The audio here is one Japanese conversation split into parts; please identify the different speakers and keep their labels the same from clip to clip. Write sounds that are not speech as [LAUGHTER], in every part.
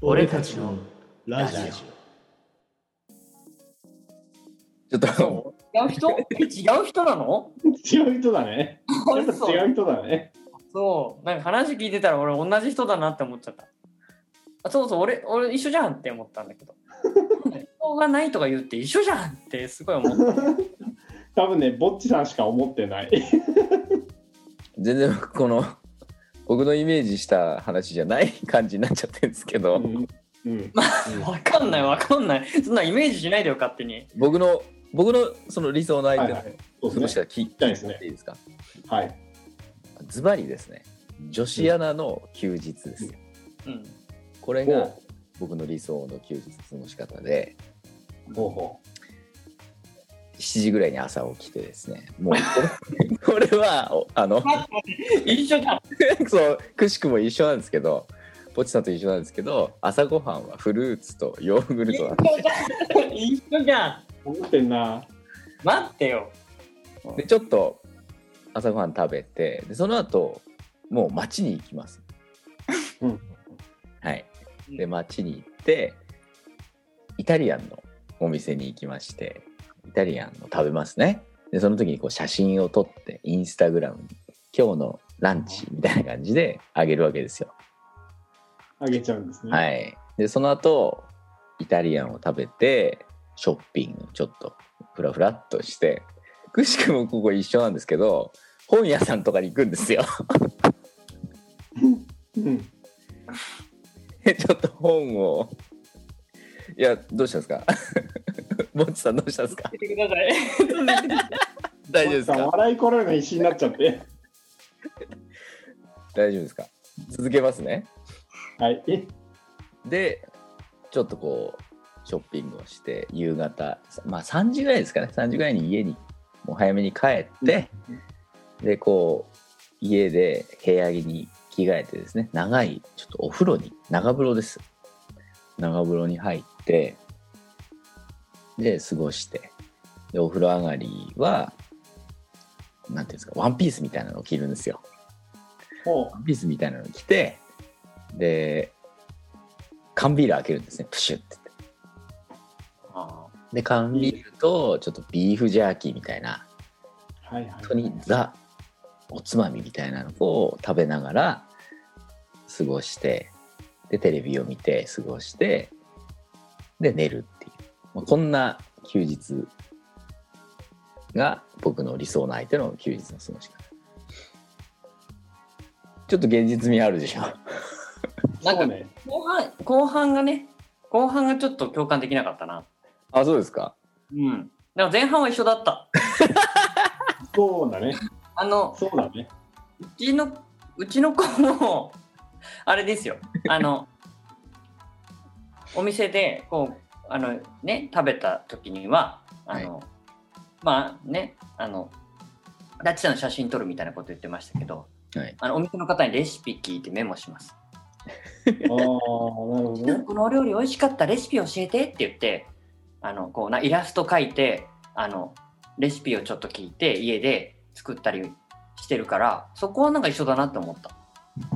Speaker 1: 俺たちのラジオ。
Speaker 2: ちょっと、
Speaker 3: 違う人違う人なの
Speaker 1: 違う人だね。やっぱ違う人だね。
Speaker 3: そう。なんか話聞いてたら俺同じ人だなって思っちゃった。あそうそう、俺、俺一緒じゃんって思ったんだけど。人がないとか言って一緒じゃんってすごい思った。
Speaker 1: 多分ね、ぼっちさんしか思ってない。
Speaker 2: 全然この、僕のイメージした話じゃない感じになっちゃってるんですけ
Speaker 1: う
Speaker 2: ど、
Speaker 1: ん。
Speaker 2: [LAUGHS]
Speaker 1: うん。
Speaker 3: わかんないわかんない。そんなイメージしないでよ勝手に。
Speaker 2: 僕の、僕のその理想のアイ
Speaker 1: はい
Speaker 2: テ
Speaker 1: はい
Speaker 2: ム、。
Speaker 1: そ
Speaker 2: 少
Speaker 1: うで
Speaker 2: し
Speaker 1: すね。
Speaker 2: は聞い
Speaker 1: きたいですね
Speaker 2: ていいですか
Speaker 1: はい。
Speaker 2: ズバリですね、女子アナの休日です。
Speaker 3: うん。
Speaker 2: これ
Speaker 1: ほ
Speaker 2: が
Speaker 1: う
Speaker 2: 僕の理想の休日の過ごし方で、
Speaker 1: ほうほ
Speaker 2: 7時ぐらいに朝起きてですね、もう、これこれ [LAUGHS] は、おあの、
Speaker 3: 一緒じゃん。
Speaker 2: [LAUGHS] そうくしくも一緒なんですけどポチさんと一緒なんですけど朝ごはんはフルーツとヨーグルトなんで
Speaker 3: 一緒じゃん。
Speaker 1: う。思ってんな。
Speaker 3: 待ってよ。
Speaker 2: でちょっと朝ごはん食べてでその後もう街に行きます
Speaker 1: うん
Speaker 2: はいで
Speaker 3: うん
Speaker 2: 街に行ってイタリアンのお店に行きましてイタリアンを食べますねでその時にこう写真を撮ってインスタグラムに今日のランチみたいな感じであげるわけですよ
Speaker 1: あげちゃうんですね。い。
Speaker 2: はい。で、その後、イタリアンを食べて、ショッピングちょっとふらふらっとして、くしくもここ一緒なんですけど、本屋さんとかに行くんですよ。 [LAUGHS]
Speaker 1: うん。
Speaker 2: でちょっと本を。いや、どうしたんですか [LAUGHS] ぼっちさんどうしたんですか
Speaker 3: 見てください。
Speaker 1: [LAUGHS]
Speaker 2: 大丈夫です
Speaker 1: さん
Speaker 2: か
Speaker 1: 笑いこられるの必死になっちゃって。 [LAUGHS]
Speaker 2: 大丈夫ですか続けますね。
Speaker 1: はい。
Speaker 2: で、ちょっとこう、ショッピングをして、夕方、まあ3時ぐらいですかね、3時ぐらいに家に、もう早めに帰って、で、こう、家で部屋着に着替えてですね、長い、ちょっとお風呂に、長風呂です。長風呂に入って、で、過ごして、で、お風呂上がりは、なんていうんですか、ワンピースみたいなのを着るんですよ。
Speaker 1: ほ
Speaker 2: ワンピースみたいなの着て、で、缶ビール開けるんですね、プシュって。
Speaker 3: あ
Speaker 2: で、缶ビールと、ちょっとビーフジャーキーみたいな、
Speaker 1: う。はいはい。
Speaker 2: 本当にザ、おつまみみたいなのを食べながら過ごして、で、テレビを見て過ごして、で、寝るっていう。まあこんな休日が僕の理想の相手の休日の過ごし方。ちょっと現実味あるでしょ。
Speaker 3: なん
Speaker 1: そ
Speaker 3: か
Speaker 1: うね。
Speaker 3: 後半、後半がね、後半がちょっと共感できなかったな。
Speaker 2: あ、そうですか。
Speaker 3: うん。でも前半は一緒だった。
Speaker 1: そうだね。
Speaker 3: あの、
Speaker 1: そうだね。
Speaker 3: うちの、うちの子も、 [LAUGHS] あれですよ。あの、お店で、こう、あの、ね、食べた時には、あの、まあね、あの、ダッチさんの写真撮るみたいなこと言ってましたけど、
Speaker 2: はい
Speaker 3: あのお店の方にレシピ聞いてメモします。
Speaker 1: ああ、なるほどね。
Speaker 3: このお料理美味しかったレシピ教えてって言ってあのこうなイラスト描いてあのレシピをちょっと聞いて家で作ったりしてるからそこはなんか一緒だなって思った、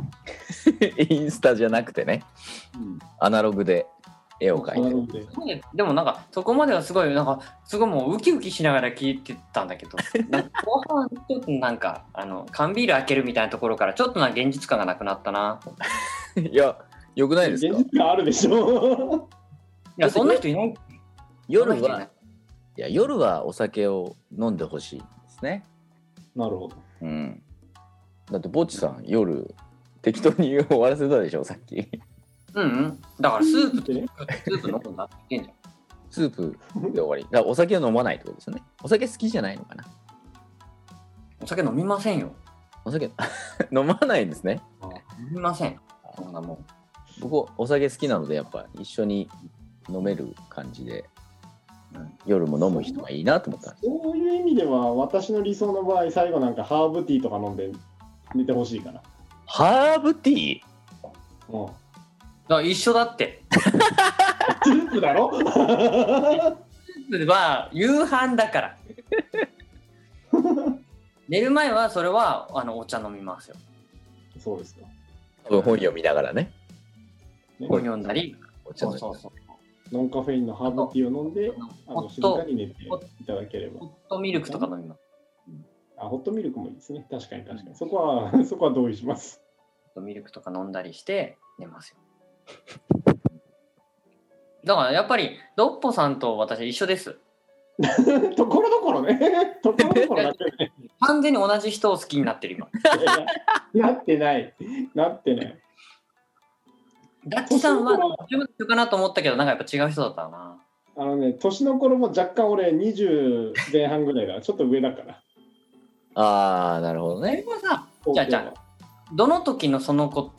Speaker 2: [LAUGHS] インスタじゃなくてね、アナログで絵を描いてる。
Speaker 1: てる。
Speaker 3: ででもなんかそこまではすごいなんかすごいもうウキウキしながら聞いてたんだけ [LAUGHS] どなんか後半ちょっとなんかあの缶ビール開けるみたいなところからちょっとなんか現実感がなくなったない
Speaker 2: や、よくないです
Speaker 1: 現
Speaker 2: か
Speaker 1: 実感あるでしょ。 [LAUGHS]
Speaker 3: いやそんな人いないそん
Speaker 2: 夜
Speaker 3: な人いな
Speaker 2: は、
Speaker 3: い
Speaker 2: いや、夜はお酒を飲んでほしいですね。
Speaker 1: なるほど。
Speaker 2: うん。だって、ぼっちさん、夜、適当に終わらせたでしょ、さっき。
Speaker 3: うんうんだからスープ
Speaker 1: でね
Speaker 3: スープ飲むんだって [LAUGHS] 言ってんじゃん
Speaker 2: スープで終わり。だからお酒を飲まないってことですよね。お酒好きじゃないのかな。
Speaker 3: お酒飲みませんよ
Speaker 2: お酒、 [LAUGHS] 飲まないんですね。
Speaker 3: 飲みませんそんなもん
Speaker 2: 僕、お酒好きなので、やっぱ一緒に飲める感じで、うん夜も飲む人がいいなと思ったんです。
Speaker 1: そういう意味では、私の理想の場合、最後なんかハーブティーとか飲んで寝てほしいから。
Speaker 2: ハーブティー
Speaker 1: うん。
Speaker 3: だから一緒だって。
Speaker 1: スープだろ [LAUGHS]
Speaker 3: まあ夕飯だ [LAUGHS] から。寝る前はそれはあのお茶飲みますよ。
Speaker 1: そうですよ。
Speaker 2: 多分本読みながらね。
Speaker 1: ね
Speaker 2: こう
Speaker 3: 読んだり、
Speaker 2: お茶
Speaker 3: そ
Speaker 2: の
Speaker 3: うそうそう。
Speaker 1: ノンカフェインのハーブティーを飲んで、あ
Speaker 3: ホ
Speaker 1: の
Speaker 3: ッ
Speaker 1: 静
Speaker 3: ト
Speaker 1: かに寝ていただければ
Speaker 3: ホ。ットミルクとか飲みます。
Speaker 1: あ、ホットミルクもいいですね。確かに確かに。そこは、 [LAUGHS] そこは同意します。
Speaker 3: ホットミルクとか飲んだりして寝ます [LAUGHS] よ。だからやっぱりドッポさんと私一緒です。
Speaker 1: ところどころね。 [LAUGHS] ところどころだけどね。
Speaker 3: 完全に同じ人を好きになってる今。
Speaker 1: いやなってない。なってない。
Speaker 3: ダッチさんは自分のかなと思ったけどなんかやっぱ違う人だったな。
Speaker 1: あのね、年の頃も若干俺20前半ぐらいだ。ちょっと上だから。
Speaker 2: ああ、なるほど
Speaker 3: そ
Speaker 2: ね
Speaker 3: れ。はさじゃあじゃどの時のその子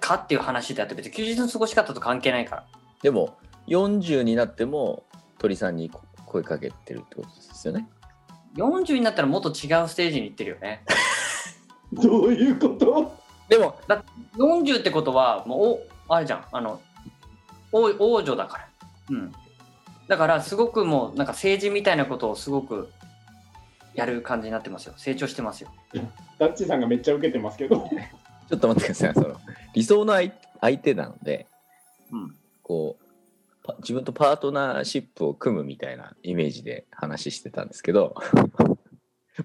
Speaker 3: かっていう話であって別に休日の過ごし方と関係ないから。
Speaker 2: でも、40になっても鳥さんにこ声かけてるってことですよね。
Speaker 3: 40になったらもっと違うステージに行ってるよね。
Speaker 1: どういうこと
Speaker 2: でも、
Speaker 3: 40ってことはもうおあれじゃんあの王王女だからうんだからすごくもうなんか政治みたいなことをすごくやる感じになってますよ成長してますよ
Speaker 1: ダッチさんがめっちゃ受けてますけど。 [LAUGHS]
Speaker 2: ちょっと待ってください。その理想の相相手なので、
Speaker 3: うん
Speaker 2: こうパ自分とパートナーシップを組むみたいなイメージで話してたんですけど、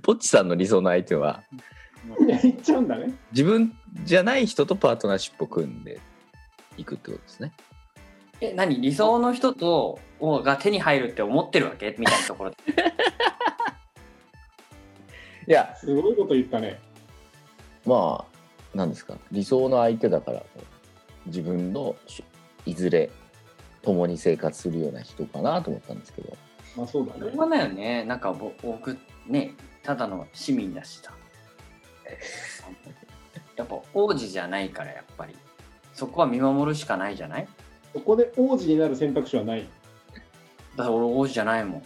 Speaker 2: ポッチさんの理想の相手は、
Speaker 1: いや、言っちゃうんだね。
Speaker 2: 自分じゃない人とパートナーシップを組んでいくってことですね。
Speaker 3: [LAUGHS] え何理想の人とをが手に入るって思ってるわけみたいなところで
Speaker 2: いや、
Speaker 1: すごいこと言ったね。
Speaker 2: まあ、なんですか、理想の相手だから、自分のしいずれ共に生活するような人かなと思ったんですけど、 [LAUGHS]
Speaker 1: まあそうだ
Speaker 3: しょ
Speaker 1: ね
Speaker 3: う。がないよねなんかぼ僕ねただの市民だ [LAUGHS] しさやっぱ王子じゃないからやっぱりそこは見守るしかないじゃない
Speaker 1: そこで王子になる選択肢はない。
Speaker 3: だから俺王子じゃないもん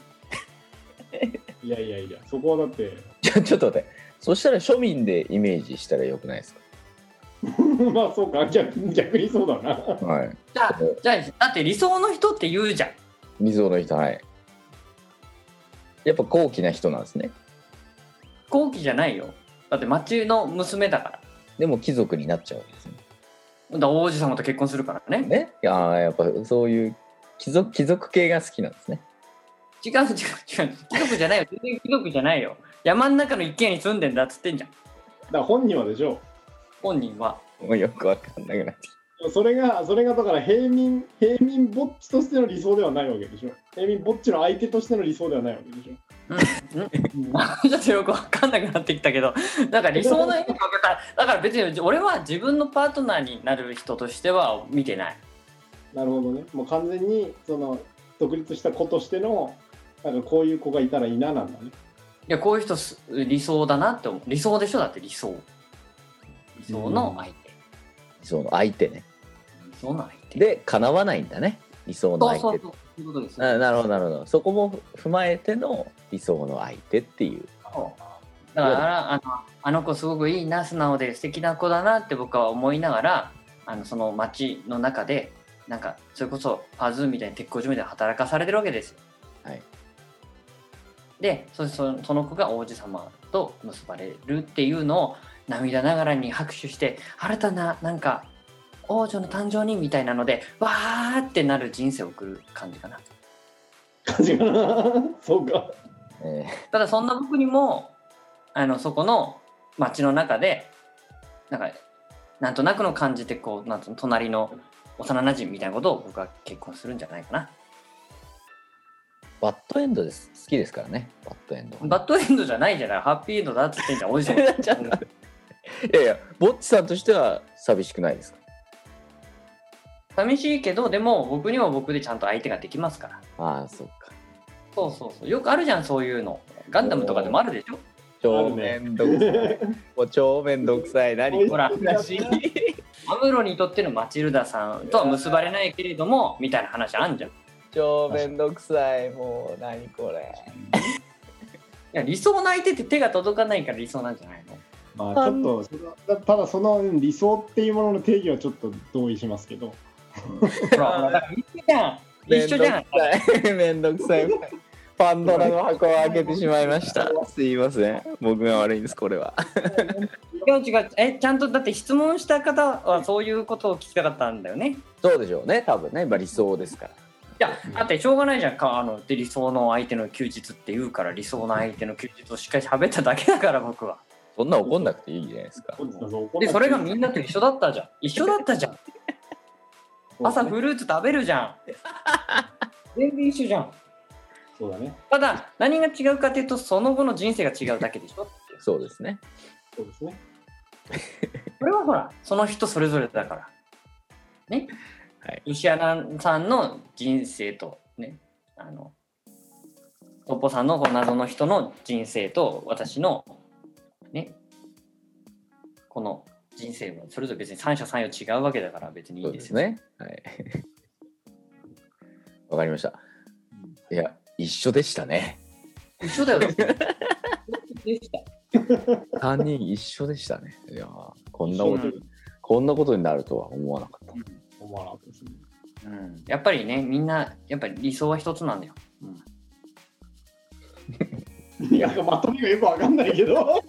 Speaker 1: いやいやいや、そこはだって、
Speaker 2: ちょちょっと待って、そしたら庶民でイメージしたらよくないです
Speaker 1: [LAUGHS] まあそうか、逆に逆にそうだな。
Speaker 2: か。はい。
Speaker 3: じゃあ、じゃあだって理想の人って言うじゃん。
Speaker 2: 理想の人、はい。やっぱ高貴な人なんですね。
Speaker 3: 後期じゃないよ。だって町の娘だから。だか
Speaker 2: でも貴族になっちゃうわけですね。
Speaker 3: ら王子様と結婚するからね。
Speaker 2: ね、いやーやっぱそういう貴族貴族系が好きなんですね。
Speaker 3: 違う違う違う。貴族じゃないよ。全然貴族じゃないよ。山の中の一軒家に住んでんだっつってんじゃん。
Speaker 1: だから本人はでしょ
Speaker 3: 本人は。 [LAUGHS]
Speaker 2: もうよくわかんなくなってき
Speaker 1: それが、それがだから平民、平民ぼっちとしての理想ではないわけでしょ。平民ぼっちの相手としての理想ではないわけでしょ。
Speaker 3: うん、うんちょっとよくわかんなくなってきたけど、なんか理想の意味が分かった。だから別に俺は自分のパートナーになる人としては見てない。
Speaker 1: なるほどね。もう完全に、その、独立した子としての、なんかこういう子がいたらいいななんだね。
Speaker 3: いや、こういう人す理想だなって思う。理想でしょだって理想。理想の相手。
Speaker 2: その相手ね。
Speaker 3: 理想の相手。
Speaker 2: で叶わないんだね理想の
Speaker 3: そ
Speaker 2: 相
Speaker 3: う
Speaker 2: 手
Speaker 3: そうそう。そういうことですよ
Speaker 2: あなるほどなるほどそこも踏まえての理想の相手っていう
Speaker 3: そうだからあのあの子すごくいいな素直で素敵な子だなって僕は思いながらあのその街の中でなんかそれこそパズーみたいに鉄工所みたいに働かされてるわけですよ。
Speaker 2: はい
Speaker 3: でそそその子が王子様と結ばれるっていうのを涙ながらに拍手して新たななんか王女の誕生にみたいなのでわーってなる人生を送る感じかな。
Speaker 1: 感じかな。 [LAUGHS] そうか。
Speaker 2: え
Speaker 3: ただそんな僕にもあのそこの街の中でなんかなんとなくの感じでこうなんつうの隣の幼馴染みたいなことを僕は結婚するんじゃないかな
Speaker 2: ーバッドエンドです好きですからねバッドエンド
Speaker 3: バッドエンドじゃないじゃないハッピーエンドだっつってんじゃんおじさん
Speaker 2: [LAUGHS] ちょっと待っていやいやぼっちさんとしては寂しくないですか
Speaker 3: 寂しいけどでも僕には僕でちゃんと相手ができますから
Speaker 2: ああそっか
Speaker 3: そうそうそうよくあるじゃんそういうのガンダムとかでもあるでしょ
Speaker 2: 超めんどくさいもう超めんどくさい
Speaker 3: [LAUGHS]
Speaker 2: 何
Speaker 3: ほら
Speaker 2: 話
Speaker 3: アムロにとってのマチルダさんとは結ばれないけれどもみたいな話あんじゃんい
Speaker 2: 超めんどくさいもう何これ
Speaker 3: や理想の相手って手が届かないから理想なんじゃないの
Speaker 1: まあちょっとそれはたただそのうん理想っていうものの定義はちょっと同意しますけど
Speaker 3: ほらほら一緒じゃん一緒じゃん
Speaker 2: めんどくさい。めん [LAUGHS] どくさい。パンドラの箱を開けてしまいました。すいません。僕が悪いんです、これは。
Speaker 1: 言
Speaker 3: 違う違う。え、ちゃんとだって質問した方はそういうことを聞きたかったんだよね。
Speaker 2: そうでしょうね多分ねやっぱ理想ですから
Speaker 3: いや、だってしょうがないじゃんか。あので理想の相手の休日って言うから理想の相手の休日をしっかり喋っただけだから僕は。
Speaker 2: そんな怒んなくていいじゃないですか
Speaker 1: ボッチさんそう怒
Speaker 3: [LAUGHS]
Speaker 1: ん
Speaker 3: で
Speaker 1: なくていい
Speaker 3: それがみんなと一緒だったじゃん。一緒だったじゃん。
Speaker 1: そう
Speaker 3: [LAUGHS]
Speaker 1: だ
Speaker 3: 朝
Speaker 1: ね
Speaker 3: フルーツ食べるじ [LAUGHS] ゃん。全然一緒じゃん。
Speaker 1: そうだね。
Speaker 3: ただ何が違うかというとその後の人生が違うだけでしょ。
Speaker 2: そうですね
Speaker 1: そうですね。
Speaker 3: これはほらその人それぞれだから。ね。
Speaker 2: はい
Speaker 3: 牛穴さんの人生とねあのトッポさんのこの謎の人の人生と私のねこの人生もそれぞれ別に三者三様違うわけだから別にい
Speaker 2: そうん
Speaker 3: いで
Speaker 2: ですす
Speaker 3: よ。
Speaker 2: ねはい [LAUGHS] わかりましたいや一緒でしたね
Speaker 3: 一緒だよ。 [LAUGHS] でした
Speaker 2: 3人一緒でしたねいやーこんなことこんなことになるとは思わなかった
Speaker 1: 思わなかったですね。
Speaker 3: うん、やっぱりねみんなやっぱり理想は一つなんだよ。
Speaker 1: いや、まとめがよくわかんないけど。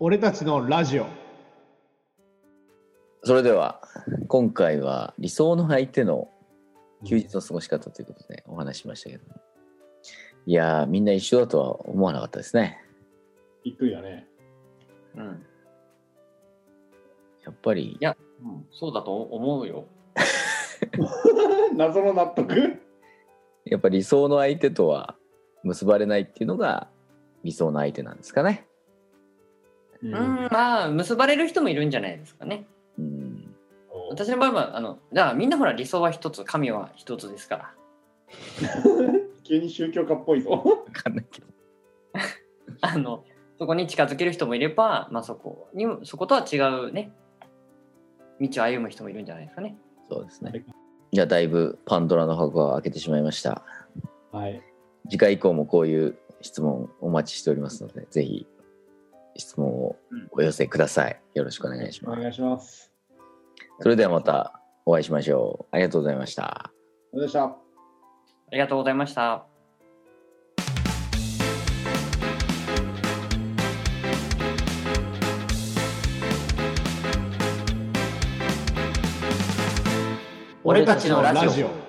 Speaker 1: 俺たちのラジオ。
Speaker 2: それでは今回は理想の相手の休日の過ごし方ということでお話ししましたけどもいやーみんな一緒だとは思わなかったですね
Speaker 1: びっくりだね。
Speaker 3: うん
Speaker 2: やっぱり
Speaker 3: やうん、そうだと思うよ。
Speaker 1: 謎の納得。
Speaker 2: やっぱ理想の相手とは結ばれないっていうのが理想の相手なんですかね
Speaker 1: う
Speaker 3: うん、まあ結ばれる人もいるんじゃないですかね。
Speaker 2: うん
Speaker 3: 私の場合はあのじゃあみんなほら理想は一つ神は一つです [LAUGHS] から
Speaker 1: 急に宗教家っぽいぞ。
Speaker 2: 分かんないけど
Speaker 3: あのそこに近づける人もいれば、まあ、そこにそことは違うね道を歩む人もいるんじゃないですかね。
Speaker 2: そうですね
Speaker 1: はい
Speaker 2: じゃあだいぶパンドラの箱は開けてしまいました
Speaker 1: はい。
Speaker 2: 次回以降もこういう質問お待ちしておりますのでぜひ質問をお寄せくださいよろしくお願いし
Speaker 1: お
Speaker 2: ます
Speaker 1: 願いします。
Speaker 2: それではまたお会いしましょう。ありがとうございました。
Speaker 1: ありがとうございました。
Speaker 3: ありがとうございました。俺たちのラジオ。